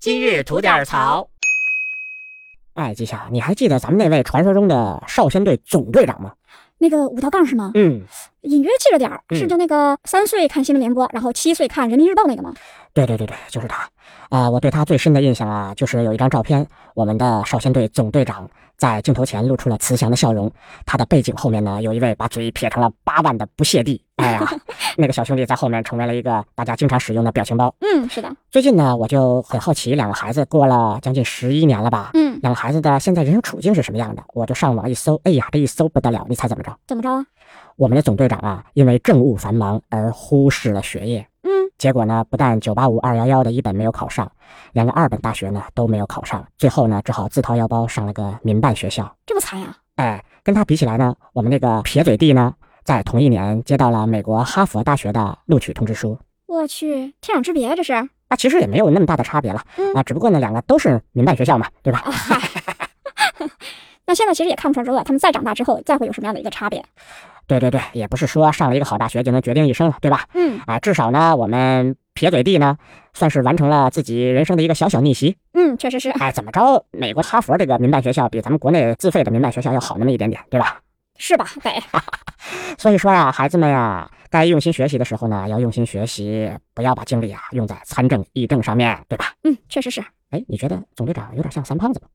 今日吐点槽。哎，季夏，你还记得咱们那位传说中的少先队总队长吗？那个五条杠是吗？嗯，隐约记了点儿，嗯是就那个三岁看新闻联播，然后七岁看人民日报那个吗？对对对对，就是他。啊、我对他最深的印象啊，就是有一张照片，我们的少先队总队长在镜头前露出了慈祥的笑容，他的背景后面呢，有一位把嘴撇成了八万的不屑地。哎呀，那个小兄弟在后面成为了一个大家经常使用的表情包。嗯，是的，最近呢，我就很好奇，两个孩子过了将近十一年了吧？嗯，两个孩子的现在人生处境是什么样的？我就上网一搜，哎呀，这一搜不得了，你猜怎么着？怎么着啊？我们的总队长啊，因为政务繁忙而忽视了学业，嗯，结果呢，不但985、211的一本没有考上，连个二本大学呢都没有考上，最后呢，只好自掏腰包上了个民办学校。这么惨呀、哎，跟他比起来呢，我们那个撇嘴弟呢，在同一年接到了美国哈佛大学的录取通知书。我去，天壤之别，这是。啊，其实也没有那么大的差别了嗯啊，只不过呢，两个都是民办学校嘛，对吧？那现在其实也看不出来，他们再长大之后再会有什么样的一个差别。对对对，也不是说上了一个好大学就能决定一生了，对吧？嗯啊，至少呢，我们撇嘴弟呢，算是完成了自己人生的一个小小逆袭。嗯，确实是。哎，怎么着，美国哈佛这个民办学校比咱们国内自费的民办学校要好那么一点点，对吧？是吧？得，所以说呀、孩子们呀、该用心学习的时候呢，要用心学习，不要把精力啊用在参政议政上面，对吧？嗯，确实是。哎，你觉得总队长有点像三胖子吗？